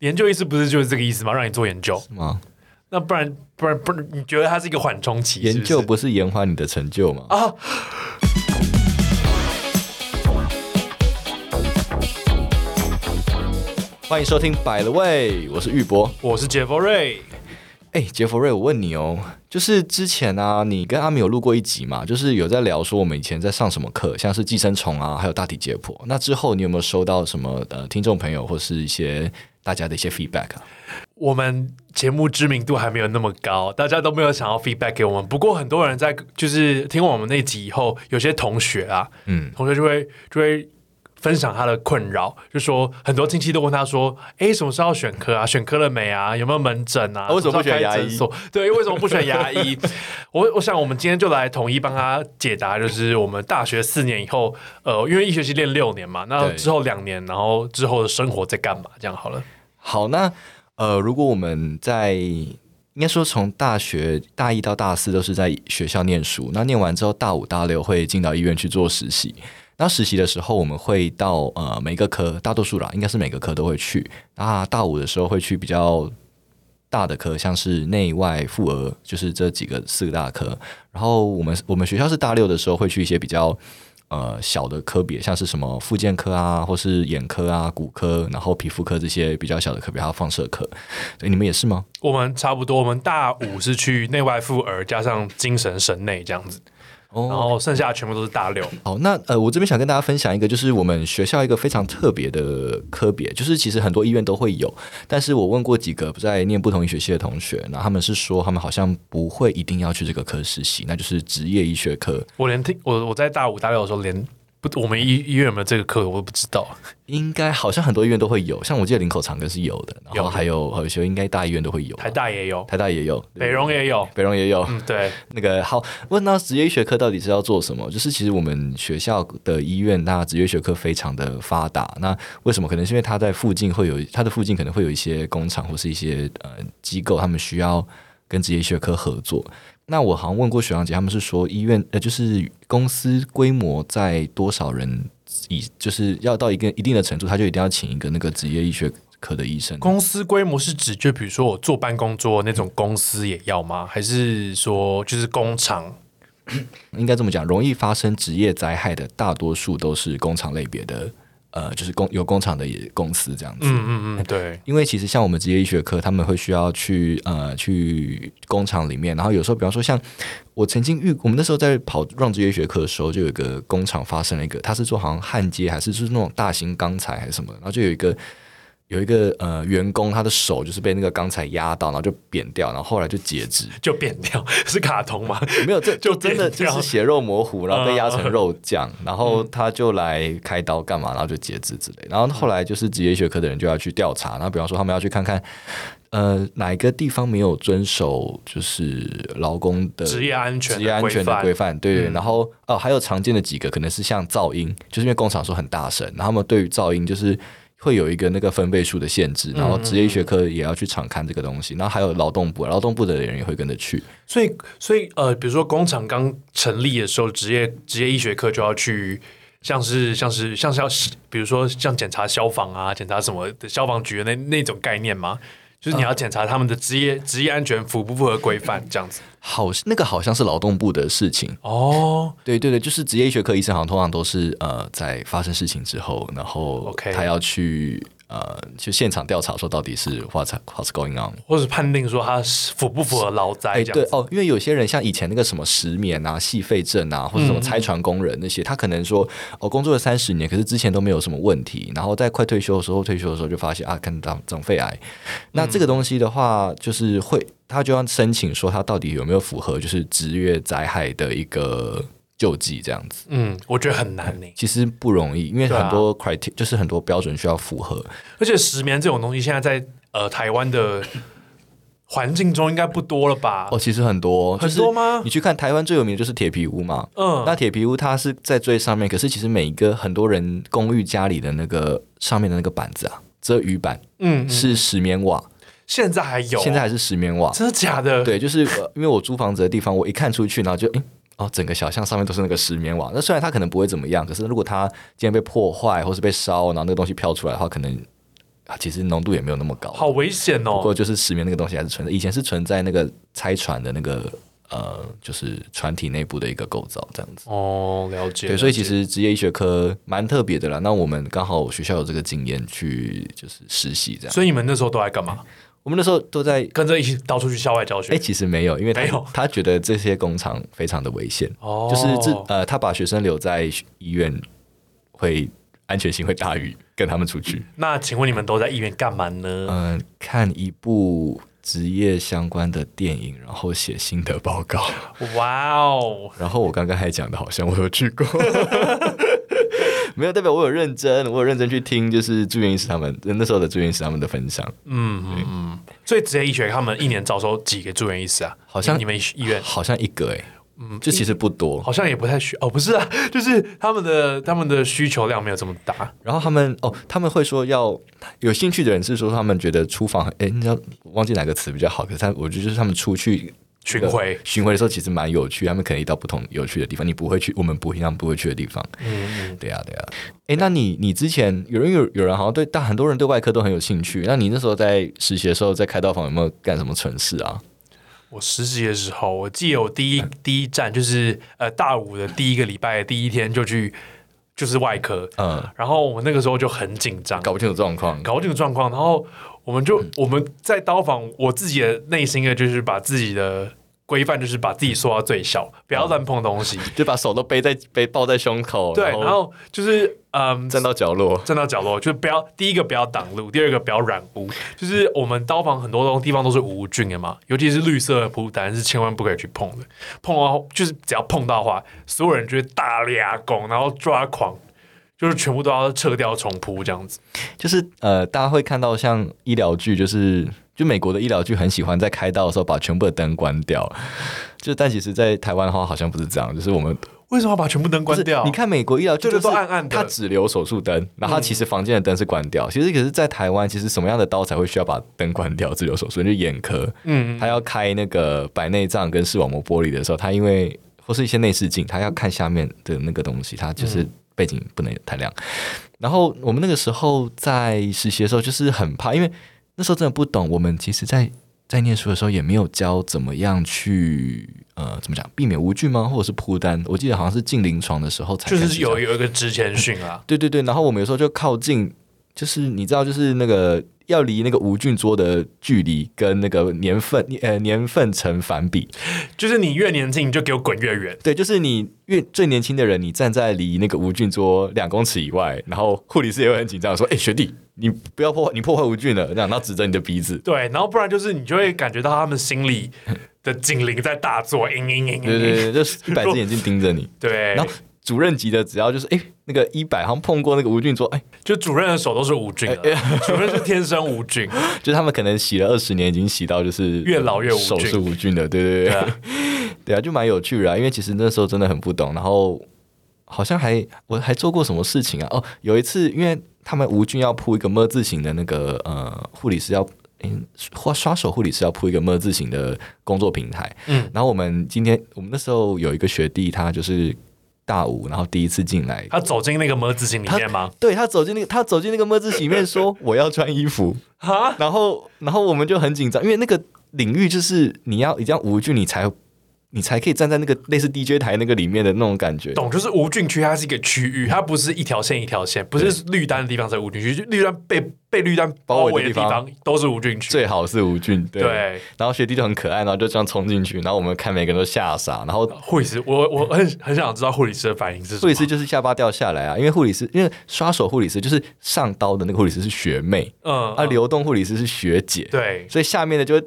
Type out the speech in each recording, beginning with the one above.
研究意思不是就是这个意思吗？让你做研究，是吗？那不然不然不然，你觉得它是一个缓冲期是研不是究不是延缓你的成就吗？啊？欢迎收听《百了位》，我是玉博。我是杰佛瑞，哎、杰佛瑞，我问你哦，就是之前啊，你跟阿米有录过一集嘛，就是有在聊说我们以前在上什么课，像是寄生虫啊，还有大体解剖。那之后你有没有收到什么呃听众朋友或是一些大家的一些 feedback 啊？我们节目知名度还没有那么高，大家都没有想要 feedback 给我们。不过很多人在就是听我们那集以后，有些同学啊，嗯，同学就会就会分享他的困扰，就说很多亲戚都问他说：“哎，什么时候要选科啊？选科了没啊？有没有门诊啊？啊为什么不选什时候牙开医诊所？对，为什么不选牙医？” 我我想我们今天就来统一帮他解答，就是我们大学四年以后，呃，因为一学期练六年嘛，那对之后两年，然后之后的生活在干嘛？这样好了。好，那呃，如果我们在应该说从大学大一到大四都是在学校念书，那念完之后大五大六会进到医院去做实习。那实习的时候，我们会到呃每个科，大多数啦，应该是每个科都会去。那大五的时候会去比较大的科，像是内外妇儿，就是这几个四个大科。然后我们我们学校是大六的时候会去一些比较呃小的科别，像是什么复健科啊，或是眼科啊、骨科，然后皮肤科这些比较小的科别，还有放射科。对你们也是吗？我们差不多，我们大五是去内外妇儿加上精神神内这样子，然哦，后剩下全部都是大六。好，那呃，我这边想跟大家分享一个，就是我们学校一个非常特别的科别，就是其实很多医院都会有，但是我问过几个在念不同医学系的同学，然后他们是说他们好像不会一定要去这个科实习，那就是职业医学科，我连听我我在大五大六的时候连不我们医医院有没有这个课我都不知道。应该好像很多医院都会有，像我记得林口长庚是有的，然有后还有有些应该大医院都会有，台大也有，台大也有，北荣也有，北荣也有，嗯，对，那个好，问到职业医学科到底是要做什么？就是其实我们学校的医院，那职业学科非常的发达。那为什么？可能是因为它在附近会有，它的附近可能会有一些工厂或是一些呃机构，他们需要跟职业学科合作。那我好像问过学长姐，他们是说医院呃，就是公司规模在多少人以，就是要到一个一定的程度，他就一定要请一个那个职业医学科的医生。公司规模是指就比如说我坐办公桌那种公司也要吗？还是说就是工厂？应该这么讲，容易发生职业灾害的大多数都是工厂类别的，呃，就是工有工厂的公司这样子。嗯嗯嗯，对，因为其实像我们职业医学科，他们会需要去呃去工厂里面，然后有时候比方说像我曾经遇，我们那时候在跑让职业医学科的时候，就有一个工厂发生了一个，他是做好像焊接还是就是那种大型钢材还是什么，然后就有一个有一个呃员工他的手就是被那个钢材压到，然后就扁掉，然后后来就截肢，就变掉 是卡通吗？ 没有，这就就真的就变嗯掉是血肉模糊，然后被压成肉酱，然嗯后他就来开刀干嘛，然后就截肢之类。然后后来就是职业医学科的人就要去调查，然后比方说他们要去看看，呃，哪一个地方没有遵守就是劳工的职业安全的职业安规全的范嗯规范，对对。然后哦，还有常见的几个可能是像噪音，就是因为工厂说很大声，然后他们对于噪音就是。会有一个那个分贝数的限制，然后嗯职业医学科也要去常看这个东西，然后还有劳动部，劳动部的人也会跟着去。所以所以呃，比如说工厂刚成立的时候，职业职业医学课就要去。像是像是像是要，比如说像检查消防啊，检查什么的消防局的那那种概念吗？就是嗯你要检查他们的职业职业安全符不符合规范这样子。好，那个好像是劳动部的事情。哦，对对对，就是职业医学科医生好像通常都是呃，在发生事情之后，然后 OK 他要去呃去现场调查，说到底是 what's what's going on。或者判定说他是符不符合劳灾哎，这对样子。哦，因为有些人像以前那个什么石棉啊、细肺症啊，或嗯者什么拆船工人那些，他可能说哦，工作了三十年，可是之前都没有什么问题，然后在快退休的时候，退休的时候就发现啊，可能长长肺癌。那这嗯个东西的话，就是会他就要申请说他到底有没有符合就是职业灾害的一个救济这样子。嗯，我觉得很难呢、其实不容易，因为对啊很多 criteria、就是很多标准需要符合。而且石棉这种东西现在在呃台湾的环境中应该不多了吧？哦，其实很多，很多吗就是你去看台湾最有名的就是铁皮屋嘛，嗯那铁皮屋它是在最上面，可是其实每一个很多人公寓家里的那个上面的那个板子啊，遮雨板嗯，嗯是石棉瓦，现在还有，啊现在还是石棉 瓦。真的假的？，对，就是、呃因为我租房子的地方，我一看出去，然后就诶哦，整个小巷上面都是那个石棉瓦。那虽然它可能不会怎么样，可是如果它今天被破坏或是被烧，然后那个东西飘出来的话，可能啊，其实浓度也没有那么高。好危险不过哦！就是石棉那个东西还是存在，以前是存在那个拆船的那个呃，就是船体内部的一个构造这样子。哦，了解。对，所以了其解实职业医学科蛮特别的啦。那我们刚好学校有这个经验去就是实习这样。所以你们那时候都在干嘛？我们那时候都在，跟着一起到处去校外教学？哎、其实没有，因为他没有他觉得这些工厂非常的危险，哦，就是这呃，他把学生留在医院会安全性会大于跟他们出去。那请问你们都在医院干嘛呢？嗯、看一部职业相关的电影，然后写心得报告。哇哦，然后我刚刚还讲的好像我有去过，没有代表我有认真，我有认真去听，就是住院医师他们那时候的住院医师他们的分享，嗯嗯嗯。所以职业医学他们一年招收几个住院医师啊？好像你们医院好像一个哎、嗯，这其实不多。好像也不太需哦，不是啊，就是他们的他们的需求量没有这么大。然后他们哦，他们会说要有兴趣的人是说他们觉得出访，哎，你知道忘记哪个词比较好，可是他我觉得就是他们出去巡回巡回的时候其实蛮有趣，他们可能到不同有趣的地方，你不会去，我们不平常不会去的地方。嗯，嗯对呀、对呀、哎，那你你之前有人有有人好像对大很多人对外科都很有兴趣，那你那时候在实习的时候在开刀房有没有干什么蠢事啊？我实习的时候，我记得我第一嗯第一站就是呃大五的第一个礼拜第一天就去就是外科，嗯，然后我那个时候就很紧张，搞不清楚状况。搞不清楚状况，然后我们嗯就、我们在刀房，我自己的内心的就是把自己的规范就是把自己缩到最小，不要乱碰东西。就把手都背在背抱在胸口，对，嗯然然后就是嗯，站到角落，站到角落，就不要第一个不要挡路，第二个不要染污。就是我们刀房很多东地方都是无菌的嘛，尤其是绿色的铺单是千万不可以去碰的，碰到就是只要碰到的话，所有人就会大俩拱，然后抓狂，就是全部都要撤掉重铺这样子。就是呃，大家会看到像医疗剧，就是就美国的医疗剧很喜欢在开刀的时候把全部的灯关掉，就但其实，在台湾的话好像不是这样，就是我们为什么要把全部灯关掉？不是你看美国医疗剧就是就是都暗暗的嗯它只留手术灯，然后它其实房间的灯是关掉。其实可是，在台湾，其实什么样的刀才会需要把灯关掉只留手术？就眼科，嗯，他要开那个白内障跟视网膜玻璃的时候，他因为或是一些内视镜，他要看下面的那个东西，他就是背景不能太亮。然后我们那个时候在实习的时候，就是很怕，因为那时候真的不懂。我们其实在，在念书的时候也没有教怎么样去呃，怎么讲避免无菌吗？或者是铺单？我记得好像是进临床的时候才就开始是教有有一个之前训啊， 对对对，然后我们有时候就靠近，就是你知道，就是那个要离那个无菌桌的距离跟那个年份呃年份成反比。就是你越年轻，你就给我滚越远。对，就是你越最年轻的人，你站在离那个无菌桌两公尺以外，然后护理师也会很紧张，说：“哎、学弟，你不要破坏，你破坏无菌了。”这样，然后指着你的鼻 子。对，然后不然就是你就会感觉到他们心里的警铃在大作，嘤嘤嘤对嘤嘤。对对，就是一百只眼睛盯 着你。对然，后主任级的，只要就是哎、那个一百好像碰过那个无菌桌，哎、就主任的手都是无菌 哎的，主任是天生无菌。就是他们可能洗了二十年，已经洗到就是越老越无菌手是无菌的，对对对，对 啊，就蛮有趣的、啊，因为其实那时候真的很不懂，然后好像还我还做过什么事情啊？哦，有一次因为他们无菌要铺一个么字形的那个呃护理师要。嗯，刷刷手护理师要铺一个么字形的工作平台，嗯，然后我们今天我们那时候有一个学弟，他就是大五，然后第一次进来，他走进那个模字形里面吗？对他走进那个他走进那个么字形里面说我要穿衣服，啊，然后然后我们就很紧张，因为那个领域就是你要一定要无菌，你才你才可以站在那个类似 DJ 台那个里面的那种感觉。懂，就是无菌区，它是一个区域，它不是一条线一条线，不是绿单的地方才无菌区，就绿单被被绿单包围的地包方都是无菌区。最好是无菌，对。对，然后学弟就很可爱，然后就这样冲进去，然后我们看每个人都吓傻，然后护理师，我我很很想知道护理师的反应是什么。护理师就是下巴掉下来啊，因为护理师因为刷手护理师就是上刀的那个护理师是学妹，嗯，而流动护理师是学姐，对所以下面的就会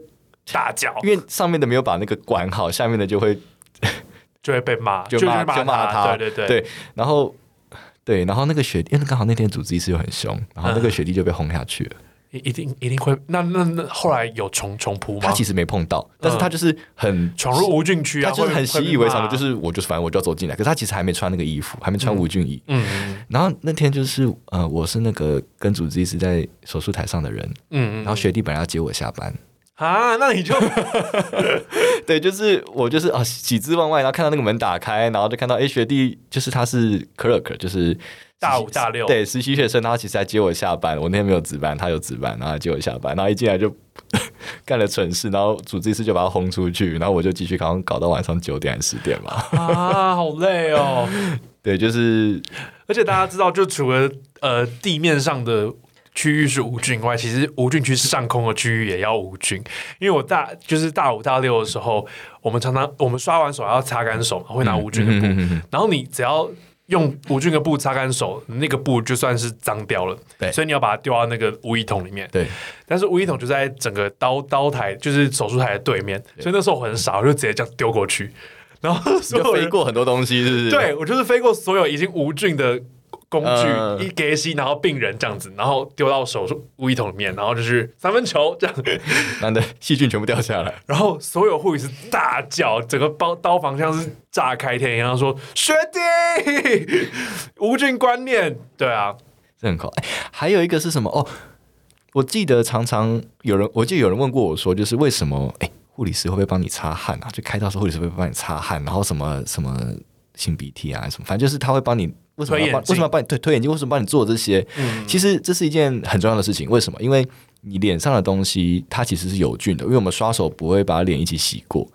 大叫，因为上面的没有把那个管好，下面的就会就会被骂，就骂骂就骂他他，对对对，对，然后对，然后那个学，因为刚好那天主治医师又很凶，然后嗯那个学弟就被轰下去了。一一定一定会。那那那后来有重重铺他吗其？实没碰到，但是嗯他就是很闯入无菌区他啊，就是会很习以为常会的，被骂就是我就是反正我就要走进来，可是他其实还没穿那个衣服，还没穿无菌衣。嗯然后那天就是呃，我是那个跟主治医师在手术台上的人，嗯嗯然后学弟本来要接我下班，啊，那 你就对，就是我就是啊，喜滋万外，然后看到那个门打开，然后就看到哎、诶学弟就是他是 clerk，就是大五大六对实习学生，然后他其实来接我下班，我那天没有值班，他有值班，然后来接我下班，然后一进来就 干了蠢事，然后组织一次就把他轰出去，然后我就继续好像搞到晚上九点还是十点吧， 啊，好累哦。对，就是而且大家知道，就除了呃地面上的区域是无菌以外，其实无菌区上空的区域也要无菌。因为我大就是大五大六的时候，我们常常我们刷完手还要擦干手嘛，会拿无菌的嗯布，然后你只要。用无菌的布擦干手，那个布就算是脏掉了，对所以你要把它丢到那个污衣桶里面。对，但是无一桶就在整个刀刀台，就是手术台的对面，所以那时候我很傻，我就直接这样丢过去，然后所你就有飞人过很多东西，是不是？对我就是飞过所有已经无菌的工嗯具，一给吸，然后病人这样子，然后丢到手术无一桶里面，然后就是三分球 这样，难得细菌全部掉下来，然后所有护理师大叫，整个包刀房像是炸开天一样，说学弟无菌观念，对啊，这很好。哎还有一个是什么？哦，我记得常常有人，我记得有人问过我说，就是为什么哎，护理师会不会帮你擦汗啊？就开刀的时候护理师会不会帮你擦汗，然后什么什么擤鼻涕啊，什么，反正就是他会帮你。为什么要推嗯眼？镜帮为什么要帮你推推眼睛？为什么帮你做这些？其实这是一件很重要的事情。为什么？因为你脸上的东西它其实是有菌的，因为我们刷手不会把脸一起洗 过，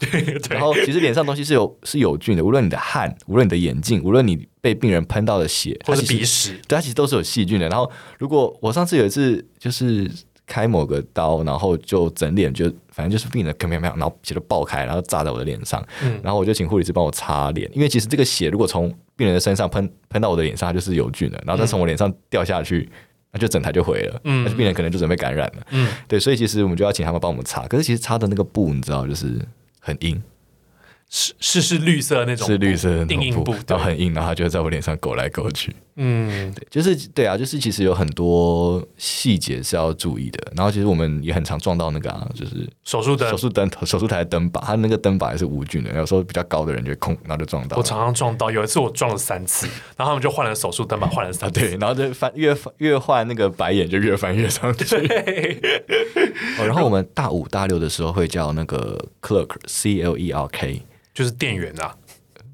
然后其实脸上东西是有是有菌的，无论你的汗，无论你的眼镜，无论你被病人喷到的血，或它是其实鼻屎，对，它其实都是有细菌的。然后，如果我上次有一次就是开某个刀，然后就整脸就反正就是病人砰砰砰，然后血就爆开，然后炸在我的脸上。然后我就请护理师帮我擦脸，因为其实这个血如果从病人的身上喷喷到我的脸上，它就是有菌的，然后再从我脸上掉下去。那就整台就毁了，嗯，病人可能就准备感染了，嗯，对，所以其实我们就要请他们帮我们擦，可是其实擦的那个布，你知道，就是很硬，是是是绿色那种，是绿色的那硬硬种布布，，对然后很硬，然后它就会在我脸上勾来勾去，嗯，对，就是对啊，就是其实有很多细节是要注意的。然后其实我们也很常撞到那个啊，就是手术灯手。术灯、手术台的灯把，它那个灯把也是无菌的，有时候比较高的人就会空，然后就撞到我了。常常撞到，有一次我撞了三次，然后他们就换了手术灯吧，换了啊，三次。对，然后就翻越翻越换那个白眼就越翻越上 去。哦，然后我们大五大六的时候会叫那个 clerk C L E R K，就是店员啊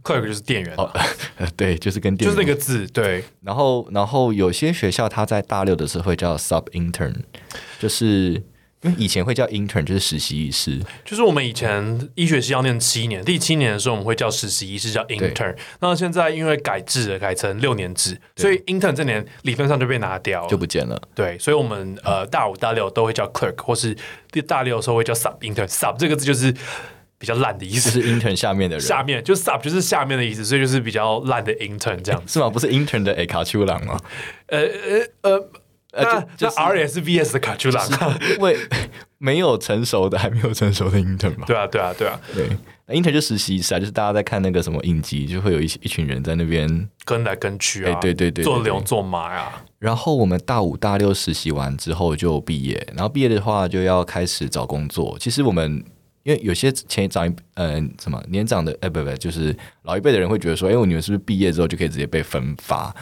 ，clerk 就是店员啊、哦，对，就是跟就店是那员个字，对，然后，然后有些学校它在大六的时候会叫 sub intern，就是因为以前会叫 intern，就是实习医师。就是我们以前医学系要念七年，第七年的时候我们会叫实习医师叫 intern，那现在因为改制了，改成六年制，所以 intern 这年理论上就被拿掉了就不见了。对，所以我们呃大五大六都会叫 clerk，或是大六的时候会叫 sub intern。sub 这个字就是比较烂的意就思，是 intern 下面的 人下面就是 sub 就是下面的意思，所以就是比较烂的 intern 这样子。是吗？不是 intern 的 A 卡丘狼吗？呃那哎就那就是 R 也是 V S 的卡丘朗， 为没有成熟的，还 没有成熟的 intern 吧？ 对啊对啊对啊，对那，intern 就实习生啊，就是大家在看那个什么影集，就会有一一群人在那边。跟来跟去啊，哎对对对对做对牛做马呀，然后我们大五、大六实习完之后就毕业，然后毕业的话就要开始找工作。其实我们因为有些前长一呃什么年长的，哎不不，就是老一辈的人会觉得说，哎，我你们是不是毕业之后就可以直接被分发？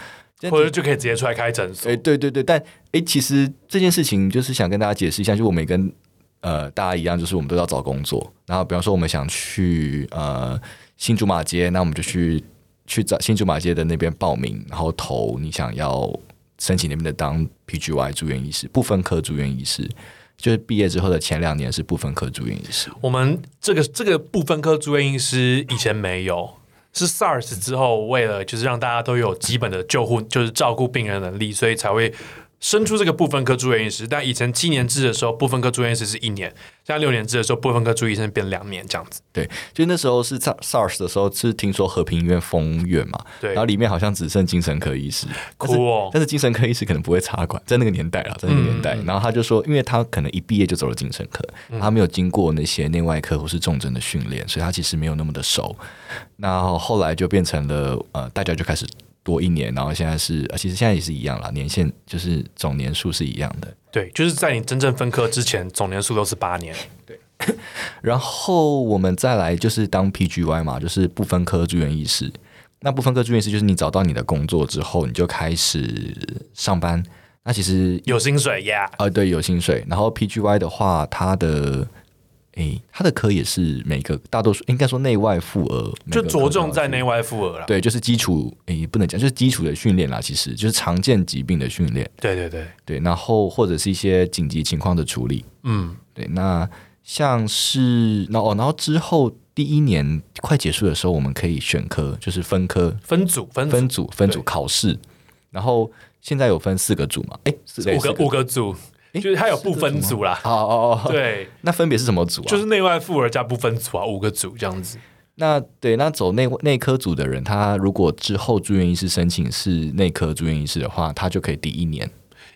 但或者就可以直接出来开诊所哎、。对对对，但哎、诶其实这件事情就是想跟大家解释一下，就我们也跟呃大家一样，就是我们都要找工作。然后比方说我们想去呃新竹马街，那我们就去去找新竹马街的那边报名，然后投你想要申请那边的当 PGY 住院医师，不分科住院医师。就是毕业之后的前两年是不分科住院医师，我们这个这个部分科住院医师以前没有，是 SARS 之后，为了就是让大家都有基本的救护，就是照顾病人能力，所以才会生出这个部分科住院医师。但以前七年制的时候，部分科住院医师是一年；现在六年制的时候，部分科住院医生变两年这样子。对，就那时候是 SAR- SARS 的时候，是听说和平医院封院嘛，对然后里面好像只剩精神科医师，酷哦但是精神科医师可能不会插管，在那个年代啦，在那个年代。然后他就说，因为他可能一毕业就走了精神科，他没有经过那些内外科或是重症的训练，所以他其实没有那么的熟。那后来就变成了呃，大家就开始多一年，然后现在是、呃其实现在也是一样啦，年限就是总年数是一样的。对，就是在你真正分科之前，总年数都是八年。然后我们再来就是当 PGY 嘛，就是不分科住院医师。那不分科住院医师就是你找到你的工作之后，你就开始上班。那其实有薪水呀呃啊、对，有薪水。然后 PGY 的话，它的诶，他的科也是每个大多数应该说内外妇儿，每就个着科重都在要内外妇儿了。对，就是基础诶，不能讲就是基础的训练啦，其实就是常见疾病的训练，对对对，对，然后或者是一些紧急情况的处理，嗯，对，那像是那哦，然后之后第一年快结束的时候，我们可以选科，就是分科分组分组分组分组对考试，然后现在有分四个组嘛？诶，四对五四个五个组，就是它有不分组啦。哦哦哦，对，那分别是什么组啊？就是内外妇儿加不分组啊，五个组这样子。那对，那走内内科组的人，他如果之后住院医师申请是内科住院医师的话，他就可以抵一年。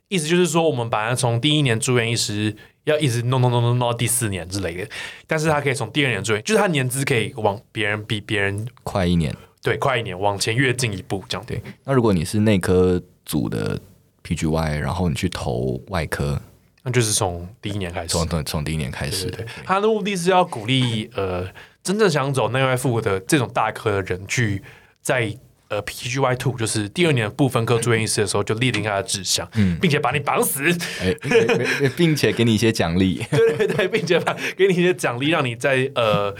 意思就是说，我们把它从第一年住院医师要一直弄弄弄弄弄到第四年之类的，但是他可以从第二年住院，就是他年资可以往别人比别人快一年。对快一年往前越进一步这样。对，那如果你是内科组的 PGY，然后你去投外科，那就是从第一年开始从。从从第一年开始，对对对，他的目的是要鼓励呃真正想走内外妇的这种大科的人去在。呃，PGY two 就是第二年的部分科住院医师的时候，就立定他的志向，并且把你绑死，嗯 哎，并且并且给你一些奖励， 对对对，并且把给你一些奖励，让你在呃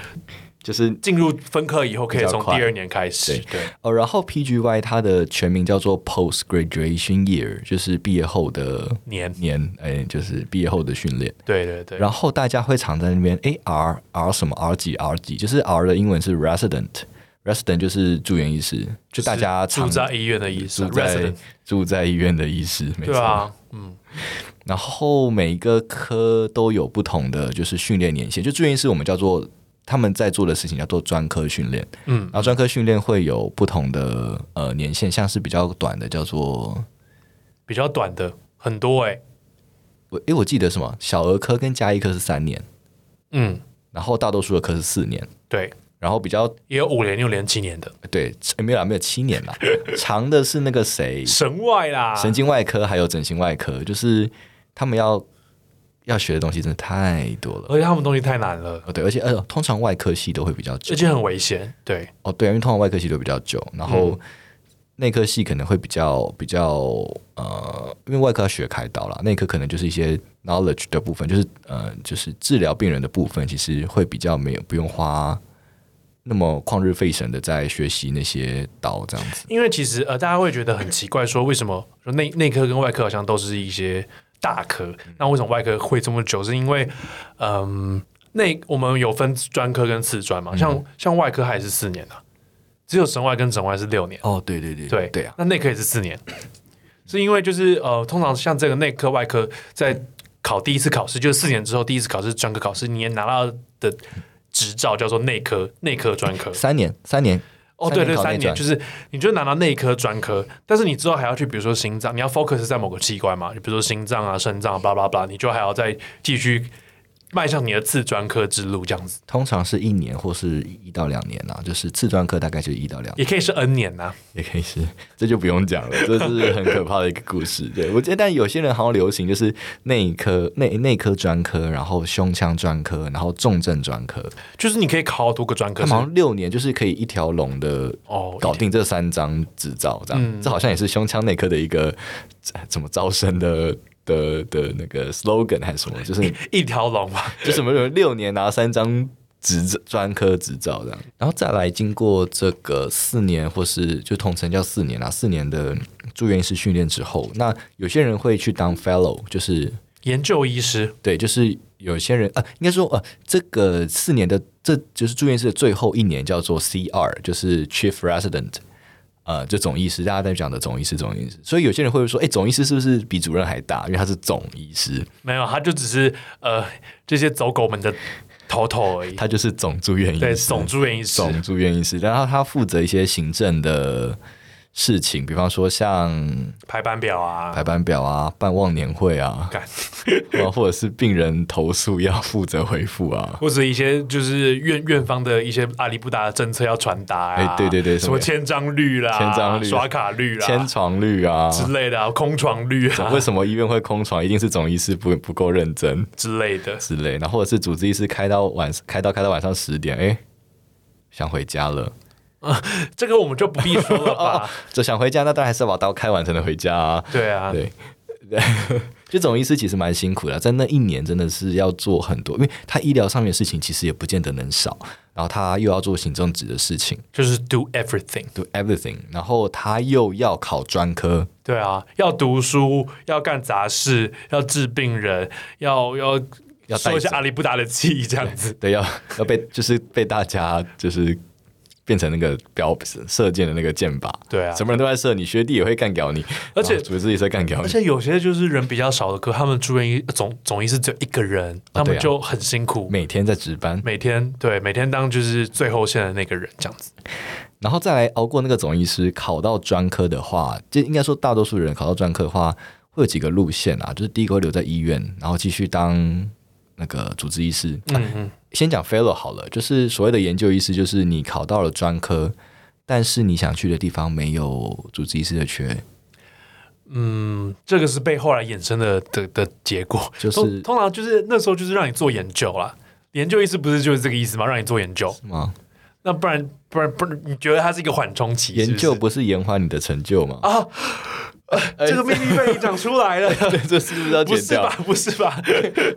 就是进入分科以后，可以从比较快第二年开始。对，哦，然后 PGY 它的全名叫做 Post Graduation Year，就是毕业后的年年，哎，就是毕业后的训练。对对对，然后大家会常在那边，哎，R R 什么 R 几 R 几，就是 R 的英文是 resident，resident 就是住院医师，就大家住常在医院的医生住在 resident，住在医院的医师，没对错。啊，嗯，然后每一个科都有不同的就是训练年限，就住院医师我们叫做他们在做的事情叫做专科训练，嗯然后专科训练会有不同的呃年限，像是比较短的叫做。比较短的很多哎、我诶，我记得什么？小儿科跟加医科是三年，嗯，然后大多数的科是四年，对，然后比较也有五年、六年、七年的对，诶没有啦，没有七 年啦，长的是那个谁，神外啦，神经外科还有整形外科，就是他们要要学的东西真的太多了。而且他们东西太难了，哦，对，而且呃，通常外科系都会比较久而。且很危险。对，哦，对，因为通常外科系都比较久，然嗯后内科系可能会比较比较呃，因为外科要学开刀啦，内科可能就是一些 knowledge 的部分，就是呃，就是治疗病人的部分，其实会比较没有不用花那么旷日费神的在学习那些刀这样子。因为其实呃，大家会觉得很奇怪，说为什么说内内科跟外科好像都是一些大科，那为什么外科会这么久？是因为嗯，内我们有分专科跟次专嘛，像像外科还是四年的、啊只有神外跟整外是六年。哦，对对对对对啊，那内科也是四年，是因为就是呃，通常像这个内科、外科在考第一次考试，就是四年之后第一次考试专科考试，你也拿到的执照叫做内科内科专科。三年三年哦，对对，考三内年转就是你就拿到内科专科，但是你之后还要去，比如说心脏，你要 focus 在某个器官嘛，比如说心脏啊、肾脏、啊，巴拉巴拉，你就还要再继续迈向你的次专科之路，这样子通常是一年或是一到两年啦，就是次专科大概就是一到两年，也可以是 N 年呐、啊也可以是，这就不用讲了，这是很可怕的一个故事。对我觉得，但有些人好像流行就是内科、内内科专科，然后胸腔专科，然后重症专科，就是你可以考好多个专他科们，好像六年就是可以一条龙的哦，嗯搞定这三张执照，这样、这好像也是胸腔内科的一个呃怎么招生的。的的那个 slogan 还是什么，就是一条龙吧，就什么什么六年拿三张执照专科执照这样，然后再来经过这个四年或是就统称叫四年啦，四年的住院医师训练之后，那有些人会去当 fellow，就是研究医师，对，就是有些人啊，应该说呃，这个四年的这就是住院医师的最后一年叫做 CR，就是 Chief Resident。呃，就总医师，大家在讲的总医师，总医师，所以有些人会说，哎、总医师是不是比主任还大？因为他是总医师，没有，他就只是呃这些走狗们的头头而已。他就是总住院医师，对，总住院医师，总住院医师，然后他负责一些行政的事情，比方说像排班表啊排，班表啊、办忘年 会啊，干，啊或者是病人投诉要负责回复啊。或者一些就是院院方的一些阿里不达的政策要传达啊，哎对对对什么什签章率啦，签章率刷卡率啦，签床率啊，之类的啊，空床率啊为什么医院会空床？一定是总医师不不够认真之类的，之类，然后或者是主治医师开到晚开到开到晚上十点，哎，想回家了，这个我们就不必说了吧？ 就想回家，那当然还是要把刀开完才能回家啊。对啊，对， 就总医师其实蛮辛苦的，啊在那一年真的是要做很多，因为他医疗上面的事情其实也不见得能少，然后他又要做行政职的事情就是 do everything。 ，do everything，然后他又要考专科，对啊，要读书，要干杂事，要治病人，要要要带说一下走阿里不达的记忆这样子。对，要 要被就是被大家就是变成那个标射箭的那个箭靶，对啊什么人都在射你，学弟也会干掉你，而且然后主治医生干掉而你，且有些就是人比较少的科，他们住院医总总医师只有一个人，他对们啊就很辛苦，每天在值班，每天对每天当就是最后线的那个人这样子。然后再来熬过那个总医师，考到专科的话，就应该说大多数人考到专科的话，会有几个路线啊，就是第一个会留在医院，然后继续当那个主治医师。嗯嗯，先讲 fellow 好了，就是所谓的研究医师，就是你考到了专科，但是你想去的地方没有主治医师的缺，嗯，这个是被后来衍生的的的结果，就是通通常就是那时候就是让你做研究啦。研究意思不是就是这个意思吗？让你做研究，是吗？那不然不然不然，你觉得它是一个缓冲期？是研不究是不是延缓你的成就吗？啊，这个秘密被你讲出来了，这是不 是 要不剪是掉吧？？不是吧？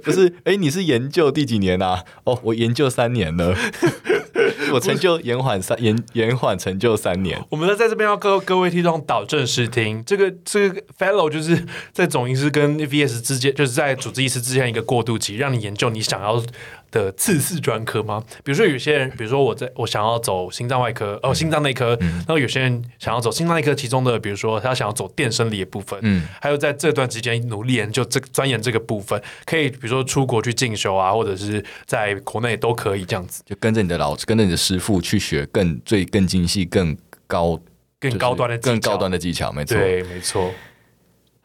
不是，哎、你是研究第几年啊？哦，我研究三 年了，我成就延缓三延延缓成就三年。我们在这边要各各位听众导正视听，这个这个 fellow 就是在总医师跟 VS 之间，就是在主治医师之间一个过渡期，让你研究你想要的次次专科吗？比如说有些人，比如说我在我想要走心脏外科，嗯哦，心脏内科，然后有些人想要走心脏内科其中的，比如说他想要走电生理的部分，嗯，还有在这段期间努力研究这钻研这个部分，可以比如说出国去进修啊，或者是在国内都可以这样子，就跟着你的老师，跟着你的师傅去学更最更精细、更高、更高端的就是更高端的，的技巧，没错。对，没错。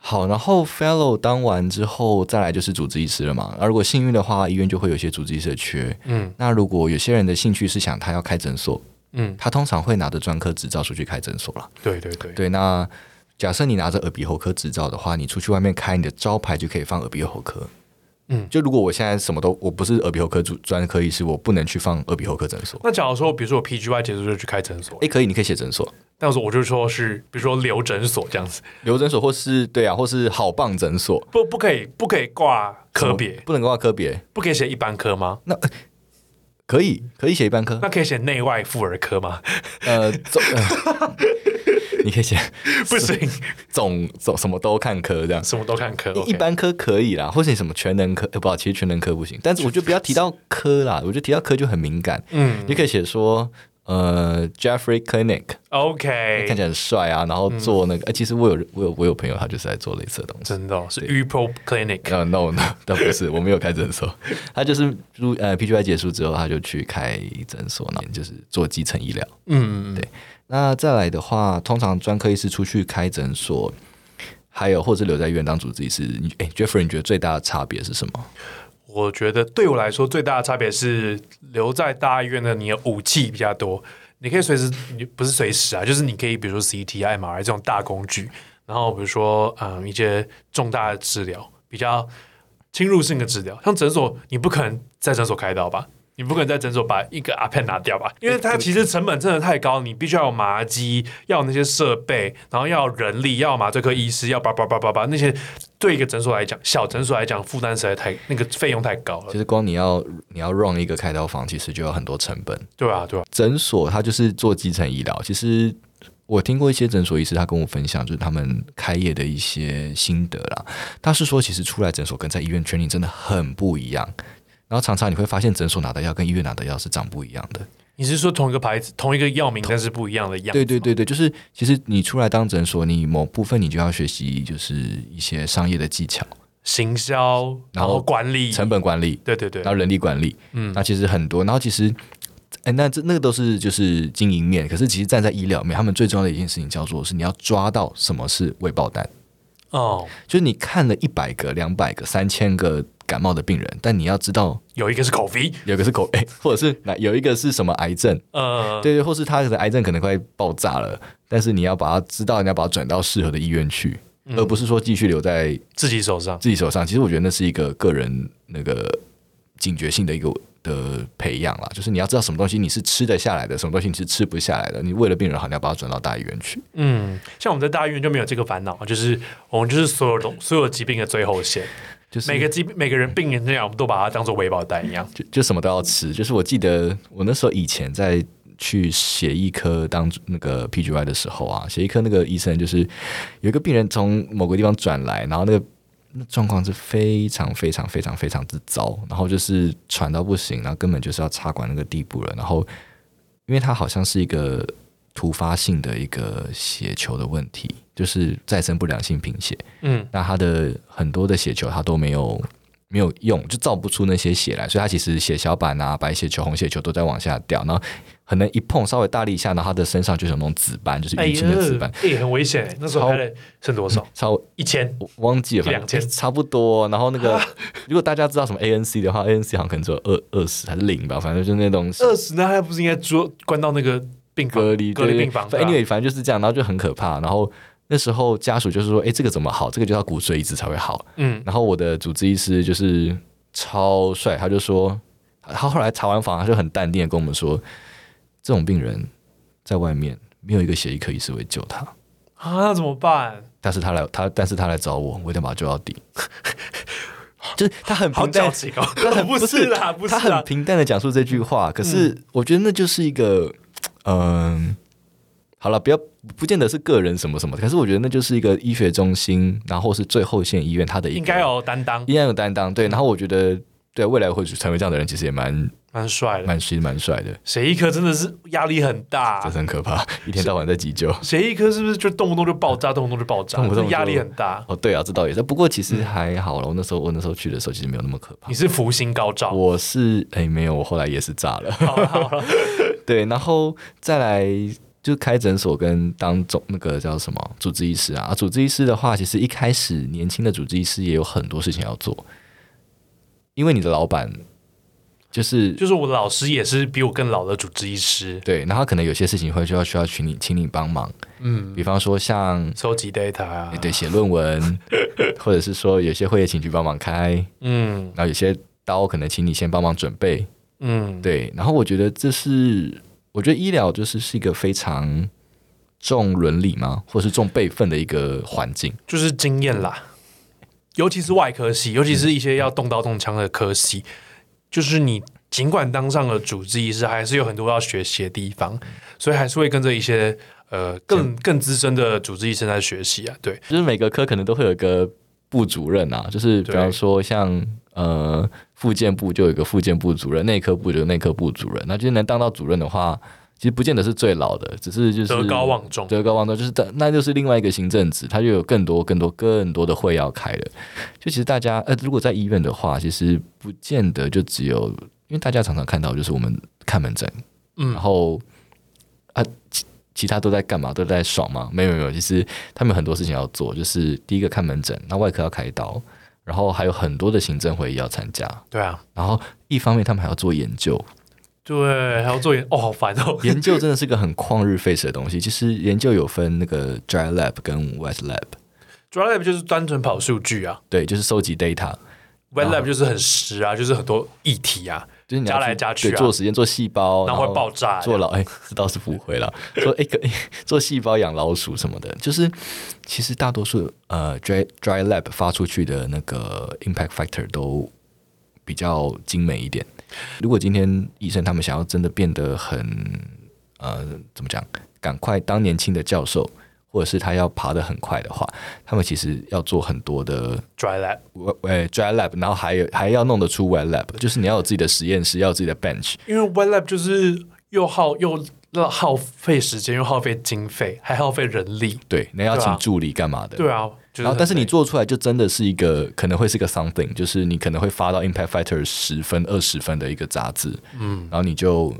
好，然后 fellow 当完之后，再来就是主治医师了嘛。那如果幸运的话，医院就会有一些主治医师的缺。嗯，那如果有些人的兴趣是想他要开诊所，嗯，他通常会拿着专科执照出去开诊所啦。对对对，对，那假设你拿着耳鼻喉科执照的话，你出去外面开你的招牌就可以放耳鼻喉科。嗯就如果我现在什么都我不是耳鼻喉科主专科医师，我不能去放耳鼻喉科诊所。那假如说，比如说我 PGY 结束就去开诊所，诶，可以，你可以写诊所，但是我就说是，比如说留诊所这样子，留诊所或是对啊，或是好棒诊所不不可以不可以挂科什么别，不能挂科别，不可以写一般科吗？可以可以写一般科那，可以写内外妇儿科吗？ 呃，总、 呃你可以写不行，总总什么都看科这样。什么都看科。一 OK 一般科可以啦，或是你什么全能科，呃，不，其实全能科不行。但是我就不要提到科啦，我觉得提到科就很敏感。嗯你可以写说，呃，Jeffrey Clinic ，OK，看起来很帅啊，然后做嗯那个，呃其实我有我有我有朋友，他就是在做类似的东西。真的哦是 u p o Clinic，呃、n o no，但不是，我没有开诊所， 他就是入呃 PGY 结束之后，他就去开诊所，然后就是做基层医疗。嗯，对那再来的话，通常专科医师出去开诊所，还有或者留在医院当主治医师，你哎、j e f f r e y 你觉得最大的差别是什么？我觉得对我来说最大的差别是留在大医院的你的武器比较多，你可以随时，你不是随时啊，就是你可以比如说 CT 啊、MRI 这种大工具，然后比如说嗯一些重大的治疗，比较侵入性的治疗，像诊所你不可能在诊所开刀吧？你不可能在诊所把一个阿片拿掉吧？因为它其实成本真的太高，你必须要有麻机，要有那些设备，然后要有人力，要有麻醉科医师，要叭叭叭叭叭那些，对一个诊所来讲，小诊所来讲负担实在太那个费用太高了其，实光你要你要 run 一个开刀房，其实就有很多成本。对吧、啊？对吧、啊？诊所它就是做基层医疗，其实。我听过一些诊所医师，他跟我分享就是他们开业的一些心得啦。他是说，其实出来诊所跟在医院圈里真的很不一样。然后常常你会发现，诊所拿的药跟医院拿的药是长不一样的。你是说同一个牌子、同一个药名，但是不一样的样子？对对对对，就是其实你出来当诊所，你某部分你就要学习，就是一些商业的技巧、行销，然然后后管理，成本管理，对对对然，后人力管理，嗯，那其实很多，然后其实。哎，那这那个都是就是经营面，可是其实站在医疗面，他们最重要的一件事情叫做是你要抓到什么是未爆弹，哦，就是你看了一百个、两百个、三千个感冒的病人，但你要知道有一个是口鼻，有一个是口哎，或者是哪有一个是什么癌症，呃，对对，或是他的癌症可能快爆炸了，但是你要把它知道，你要把它转到适合的医院去，而不是说继续留在自己手上。自己手上。其实我觉得那是一个个人那个警觉性的一个的培养啦，就是你要知道什么东西你是吃得下来的，什么东西你是吃不下来的。你为了病人好，你要把它转到大医院去。嗯，像我们在大医院就没有这个烦恼，就是我们就是所有的所有疾病的最后 线，就是每个疾每个人病人这样，我们都把它当做维保单一样。就就什么都要吃。就是我记得我那时候以前在去血液科当那个 PGY 的时候啊，血液科那个医生就是有一个病人从某个地方转来，然后那个那状况是非常非常非常非常之糟，然后就是喘到不行，然后根本就是要插管那个地步了。然后因为他好像是一个突发性的一个血球的问题，就是再生不良性贫血。嗯，那他的很多的血球他都没有没有用，就造不出那些血来，所以他其实血小板啊、白血球、红血球都在往下掉，然后可能一碰稍微大力一下，然后他的身上就有那种紫斑，就是淤青的紫斑， 哎也很危险、欸。那时候拍了剩多少？超嗯一千。我忘记了，一反两正千啊差不多。然后那个，如果大家知道什么 ANC 的话，ANC 好像可能只有二二十还是零吧，反正就是那种二十，那他不是应该捉关到那个病房隔离呃隔离对病房？反对吧 anyway，反正就是这样，然后就很可怕。然后那时候家属就是说，哎，这个怎么好？这个就要骨髓移植才会好。嗯，然后我的主治医师就是超帅，他就说，他后来查完房，他就很淡定的跟我们说，这种病人在外面没有一个血液科医师会救他，啊，那怎么办？但是他来他，但是他来找我，我一定把他救到底。 就是他很好平矫 淡，情哦他，很不是啦，嗯不是他很啦，平淡的讲述这句话，可是我觉得那就是一个，嗯、好了，不要不见得是个人什么什么，可是我觉得那就是一个医学中心，然后是最后线医院他的一个应该有嗯担当，应该有担当，对。然后我觉得，对未来会成为这样的人，其实也蛮蛮帅的。蛮其实蛮帅的，血液科真的是压力很这大，是很可怕，一天到晚在急救。血液科是不是就动不动就爆炸，动不动就爆炸，动不动就压力很大？哦，对啊，这倒也是。不过其嗯实还好了，我那时候我那时候去的时候，其实没有那么可怕你。是福星高照，我是哎没有，我后来也是炸了。好了好了， 对，然后再来就开诊所跟当总那个叫什么主治医师啊。啊主治医师的话，其实一开始年轻的主治医师也有很多事情要做，因为你的老板就是就是我的老师也是比我更老的主治医师，对，然后他可能有些事情会需要需要请你请你帮忙，嗯，比方说像哎收集 data 啊对，写论 文，或者是说有些会议请去帮忙开，嗯然后有些刀可能请你先帮忙准备，嗯，对。然后我觉得这是，我觉得医疗就是是一个非常重伦理嘛，或是重辈分的一个环境。就是经验啦，尤其是外科系，尤其是一些要动刀动枪的科系，嗯就是你尽管当上了主治医师，还是有很多要学习的地方，所以还是会跟着一些呃嗯更更资深的主治医生在学习啊。对，就是每个科可能都会有一个部主任啊，就是比对方说像呃复健部就有一个复健部主任，内科部就有内科部主任。那就是能当到主任的话，其实不见得是最老的，只是就是德高望重，德高望重，就是的，那就是另外一个行政职，他就有更多、更多、更多的会要开了。就其实大家，呃，如果在医院的话，其实不见得就只有，因为大家常常看到就是我们看门诊，然嗯，后啊，其其他都在干嘛？都在爽吗？没有没有，其实他们有很多事情要做，就是第一个看门诊，那外科要开刀，然后还有很多的行政会议要参加，对啊，然后一方面他们还要做研究，对，还要做研哦，好烦 哦，研究真的是个很旷日费时的东西。其实研究有分那个 dry lab 跟 wet lab。主要 lab 就是单纯跑数据啊。对，就是收集 data， Wet lab 就是很实啊，就是很多议题啊，就是你要加来去加去对啊做实验做细胞，然哦然后后会爆炸。啊做老哎、这倒是不会了。做哎、可 做细胞养老鼠什么的，就是其实大多数呃 dry dry lab 发出去的那个 impact factor 都比较精美一点。如果今天医生他们想要真的变得很呃怎么讲，赶快当年轻的教授，或者是他要爬得很快的话，他们其实要做很多的 dry lab，呃 dry lab，然后还有还要弄得出 wet lab，就是你要有自己的实验室，要有自己的 bench，因为 wet lab 就是又耗又耗费时间，又耗费经费，还耗费人力。对，那要对啊请助理干嘛的？对啊，就是然后，很但是你累做出来就真的是一个可能会是个 something，就是你可能会发到 Impact Fighter 十分、二十分的一个杂志，嗯，然后你就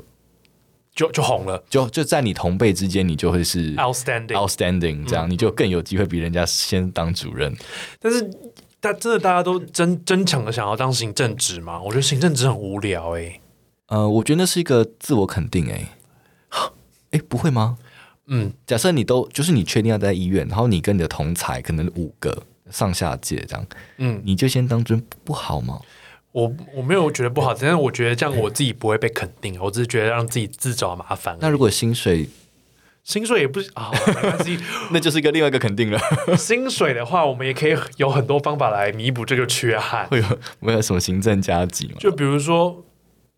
就就红了就就在你同辈之间，你就会是，outstanding。 outstanding，这样、你就更有机会比人家先当主任。但是大真的大家都争争抢的想要当行政职吗？我觉得行政职很无聊哎、呃，我觉得那是一个自我肯定、欸， 哎，哎，不会吗？嗯，假设你都就是你确定要在医院，然后你跟你的同才可能五个上下届这样，嗯，你就先当真不好吗？我我没有觉得不好，但是我觉得这样我自己不会被肯定，我只是觉得让自己自找麻烦而已。那如果薪水，薪水也不是啊，没关系。 那就是一个另外一个肯定了。薪水的话，我们也可以有很多方法来弥补这个缺憾。会有没有什么行政加急吗？就比如说，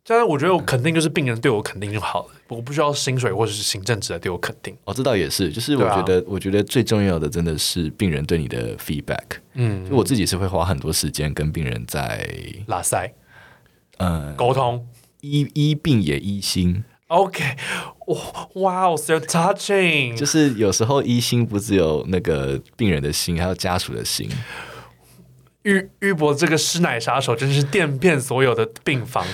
但是我觉得我嗯肯定就是病人对我肯定就好了，我不需要薪水或者是行政职来对我肯定。哦，这倒也是，就是我对啊觉得，我觉得最重要的真的是病人对你的 feedback。嗯，就我自己是会花很多时间跟病人在，拉塞呃，沟通。医医病也医心， OK，哇哇哦，so touching，就是有时候医心不只有那个病人的心，还有家属的心。玉玉博这个师奶杀手真是电遍所有的病房，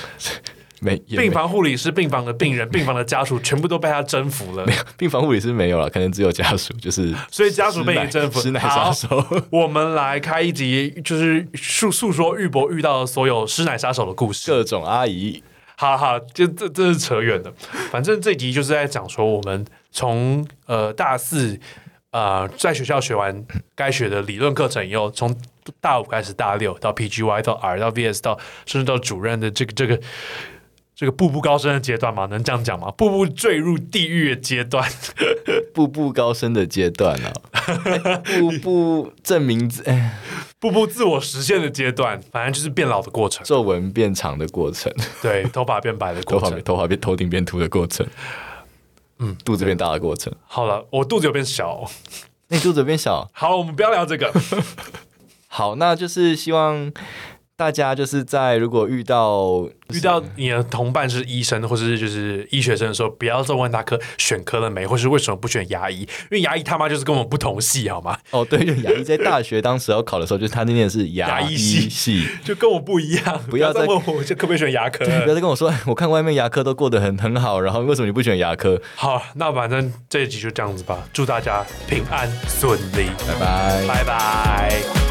没也没病房护理师、病房的病人、病房的家属，全部都被他征服了。病房护理是没有了，可能只有家属，就是 所以家属被师奶你征服师奶好杀手。我们来开一集，就是诉诉说玉博遇到的所有师奶杀手的故事。各种阿姨，哈哈，这这这是扯远了。反正这集就是在讲说，我们从呃大四呃在学校学完该学的理论课程以后，从大五开始，大六到 PGY 到 R 到 VS 到甚至到主任的这个这个这个步步高升的阶段嘛，能这样讲吗？步步坠入地狱的阶段， 步步高升的阶段啊，步步证明自哎步步自我实现的阶段，反正就是变老的过程，皱纹变长的过程，对，头发变白的头过发程变。头发变头顶变秃的过程，嗯，肚子变大的过程，好了，我肚子有变小。那你肚子变小，好了，我们不要聊这个。好，那就是希望大家就是在如果遇 到遇到你的同伴是医生或是就是医学生的时候，不要再问他科选科了没，或是为什么不选牙医，因为牙医他妈就是跟我们不同系，好吗？哦，对，就牙医在大学当时要考的时候，就是他念的是牙牙医医系系， 就跟我不一样，不要再再问我就可不可以选牙科。 不要再跟我说，哎我看外面牙科都过得很很好，然后为什么你不选牙科？好，那反正这一集就这样子吧，祝大家平安顺利，拜拜。拜拜